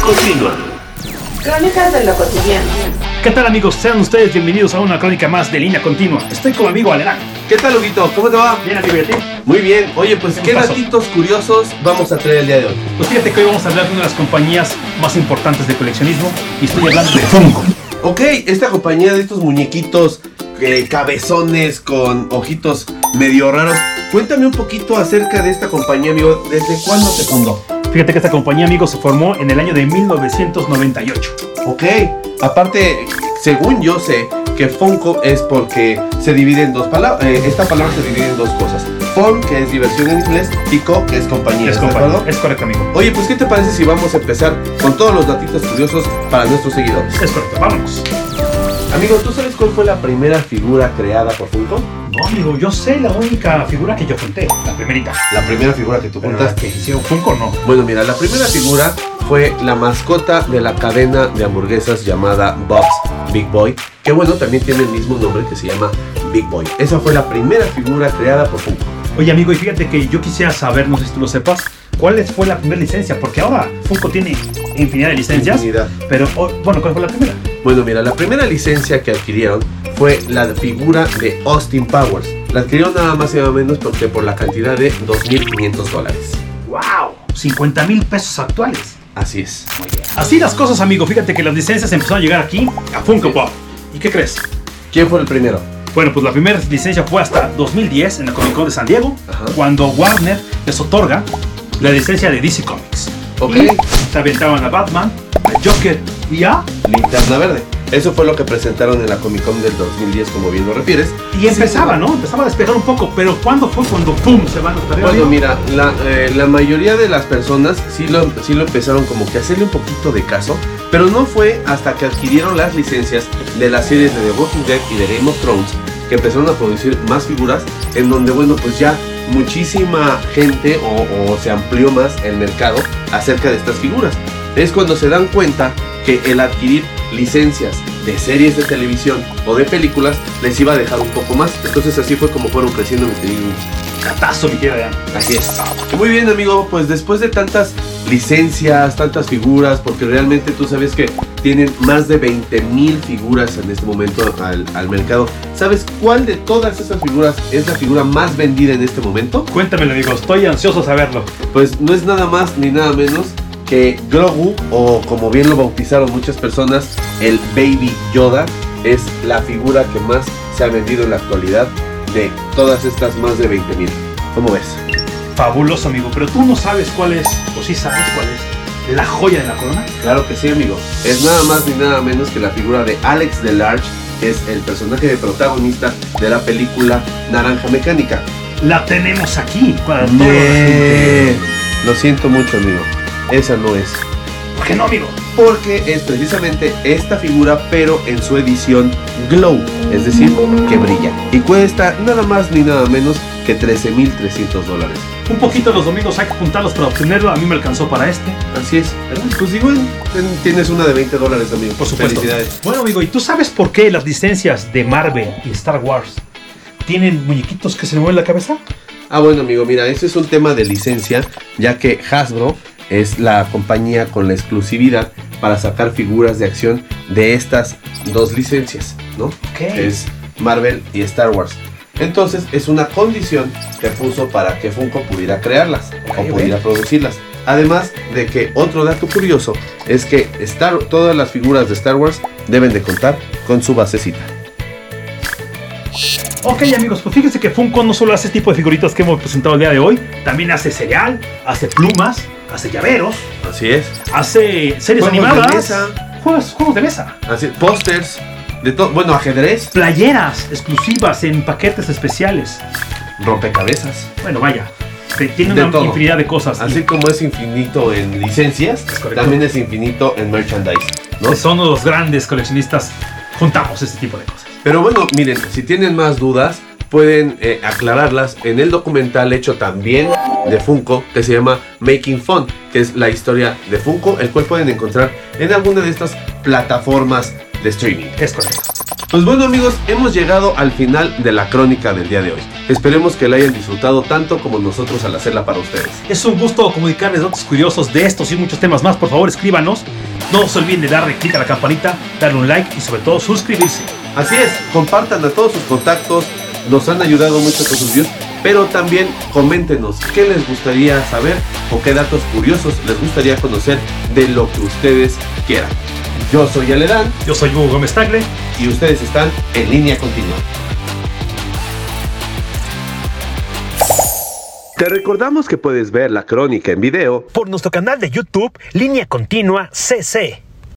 continua. Crónicas de lo cotidiano. ¿Qué tal amigos? Sean ustedes bienvenidos a una crónica más de línea continua. Estoy con mi amigo Alerán. ¿Qué tal, Huguito? ¿Cómo te va? Bien amigo, ¿y a ti? Muy bien. Oye, pues, ¿qué Paso. datitos curiosos vamos a traer el día de hoy? Pues fíjate que hoy vamos a hablar de una de las compañías más importantes de coleccionismo y estoy hablando de Funko. Ok, esta compañía de estos muñequitos eh, cabezones con ojitos medio raros. Cuéntame un poquito acerca de esta compañía, amigo. ¿Desde cuándo se fundó? Fíjate que esta compañía, amigos, se formó en el año de 1998. Ok, aparte, según yo sé que Funko es porque se divide en dos palabras. eh, esta palabra se divide en dos cosas: Fun, que es diversión en inglés, y Co, que es compañía. Es, ¿estás de compañía, acuerdo? es correcto, amigo. Oye, pues, ¿qué te parece si vamos a empezar con todos los datitos curiosos para nuestros seguidores? Es correcto, vámonos. Amigo, ¿tú sabes cuál fue la primera figura creada por Funko? No, amigo, yo sé la única figura que yo junté, la primerita. La primera figura que tú ¿Juntas contaste. que hicieron Funko no? Bueno, mira, la primera figura fue la mascota de la cadena de hamburguesas llamada Bob's Big Boy, que bueno, también tiene el mismo nombre que se llama Big Boy. Esa fue la primera figura creada por Funko. Oye, amigo, y fíjate que yo quisiera saber, no sé si tú lo sepas, ¿cuál fue la primera licencia? Porque ahora Funko tiene infinidad de licencias, Infinidad. pero oh, bueno, ¿cuál fue la primera? Bueno, mira, la primera licencia que adquirieron fue la de figura de Austin Powers. La adquirieron nada más y nada menos porque por la cantidad de 2.500 dólares. ¡Wow! 50 mil pesos actuales. Así es. Así las cosas, amigo. Fíjate que las licencias empezaron a llegar aquí a Funko Pop. ¿Y qué crees? ¿Quién fue el primero? Bueno, pues la primera licencia fue hasta 2010 en el Comic Con de San Diego, Ajá. cuando Warner les otorga la licencia de DC Comics. Ok. Y se aventaban a Batman, a Joker y a... Linterna Verde. Eso fue lo que presentaron en la Comic Con del 2010, como bien lo refieres. Y empezaba, ¿no? Empezaba a despegar un poco, pero ¿cuándo fue cuando ¡pum! se van los para arriba? Bueno, mira, la, eh, la mayoría de las personas sí lo, sí lo empezaron como que a hacerle un poquito de caso, pero no fue hasta que adquirieron las licencias de las series de The Walking Dead y de Game of Thrones que empezaron a producir más figuras, en donde, bueno, pues ya muchísima gente o, o se amplió más el mercado acerca de estas figuras. Es cuando se dan cuenta que el adquirir licencias de series de televisión o de películas les iba a dejar un poco más. Entonces así fue como fueron creciendo mis queridos Catazo, mi querida Diana. Así es. Muy bien, amigo, pues después de tantas licencias, tantas figuras, porque realmente tú sabes que tienen más de 20 mil figuras en este momento al, al mercado. ¿Sabes cuál de todas esas figuras es la figura más vendida en este momento? Cuéntamelo, amigo. Estoy ansioso de saberlo. Pues no es nada más ni nada menos que Grogu, o como bien lo bautizaron muchas personas, el Baby Yoda, es la figura que más se ha vendido en la actualidad de todas estas más de 20 mil. ¿Cómo ves? Fabuloso, amigo. Pero tú no sabes cuál es, o sí sabes cuál es, la joya de la corona. Claro que sí, amigo. Es nada más ni nada menos que la figura de Alex Delarge, que es el personaje de protagonista de la película Naranja Mecánica. La tenemos aquí para todos. Me- Lo siento mucho, amigo. Esa no es. ¿Por qué no, amigo? Porque es precisamente esta figura, pero en su edición Glow, es decir, que brilla. Y cuesta nada más ni nada menos que 13.300 dólares. Un poquito los domingos hay que juntarlos para obtenerlo. A mí me alcanzó para este. Así es. ¿verdad? Pues igual ten- tienes una de 20 dólares, amigo. Por supuesto. Felicidades. Bueno, amigo, ¿y tú sabes por qué las licencias de Marvel y Star Wars tienen muñequitos que se le mueven la cabeza? Ah, bueno, amigo, mira, este es un tema de licencia, ya que Hasbro es la compañía con la exclusividad para sacar figuras de acción de estas dos licencias, ¿no? Ok. Que es Marvel y Star Wars. Entonces, es una condición que puso para que Funko pudiera crearlas Ok, o pudiera producirlas. Además de que otro dato curioso es que Star, todas las figuras de Star Wars deben de contar con su basecita. Ok amigos, pues fíjense que Funko no solo hace este tipo de figuritas que hemos presentado el día de hoy, también hace cereal, hace plumas, hace llaveros, Así es. hace series Juegos de animadas, mesa. Juegos, juegos de mesa, Así, pósters, de todo, bueno, ajedrez. playeras exclusivas en paquetes especiales. rompecabezas. Bueno, vaya, te- tiene De una todo. infinidad de cosas. Así como es infinito en licencias, Es correcto. también es infinito en merchandise, ¿no? Que Son los grandes coleccionistas, juntamos este tipo de cosas. Pero bueno, miren, si tienen más dudas, pueden eh, aclararlas en el documental hecho también de Funko, que se llama Making Fun, que es la historia de Funko, el cual pueden encontrar en alguna de estas plataformas de streaming. Es correcto. Pues bueno amigos, hemos llegado al final de la crónica del día de hoy. Esperemos que la hayan disfrutado tanto como nosotros al hacerla para ustedes. Es un gusto comunicarles datos curiosos de estos y muchos temas más. Por favor, escríbanos. No se olviden de darle clic a la campanita, darle un like y sobre todo suscribirse. Así es, compartan a todos sus contactos, nos han ayudado mucho con sus views, pero también coméntenos qué les gustaría saber o qué datos curiosos les gustaría conocer de lo que ustedes quieran. Yo soy Aledán Yo soy Hugo Gómez Tagle. y ustedes están en línea continua. Te recordamos que puedes ver la crónica en video por nuestro canal de YouTube Línea Continua CC.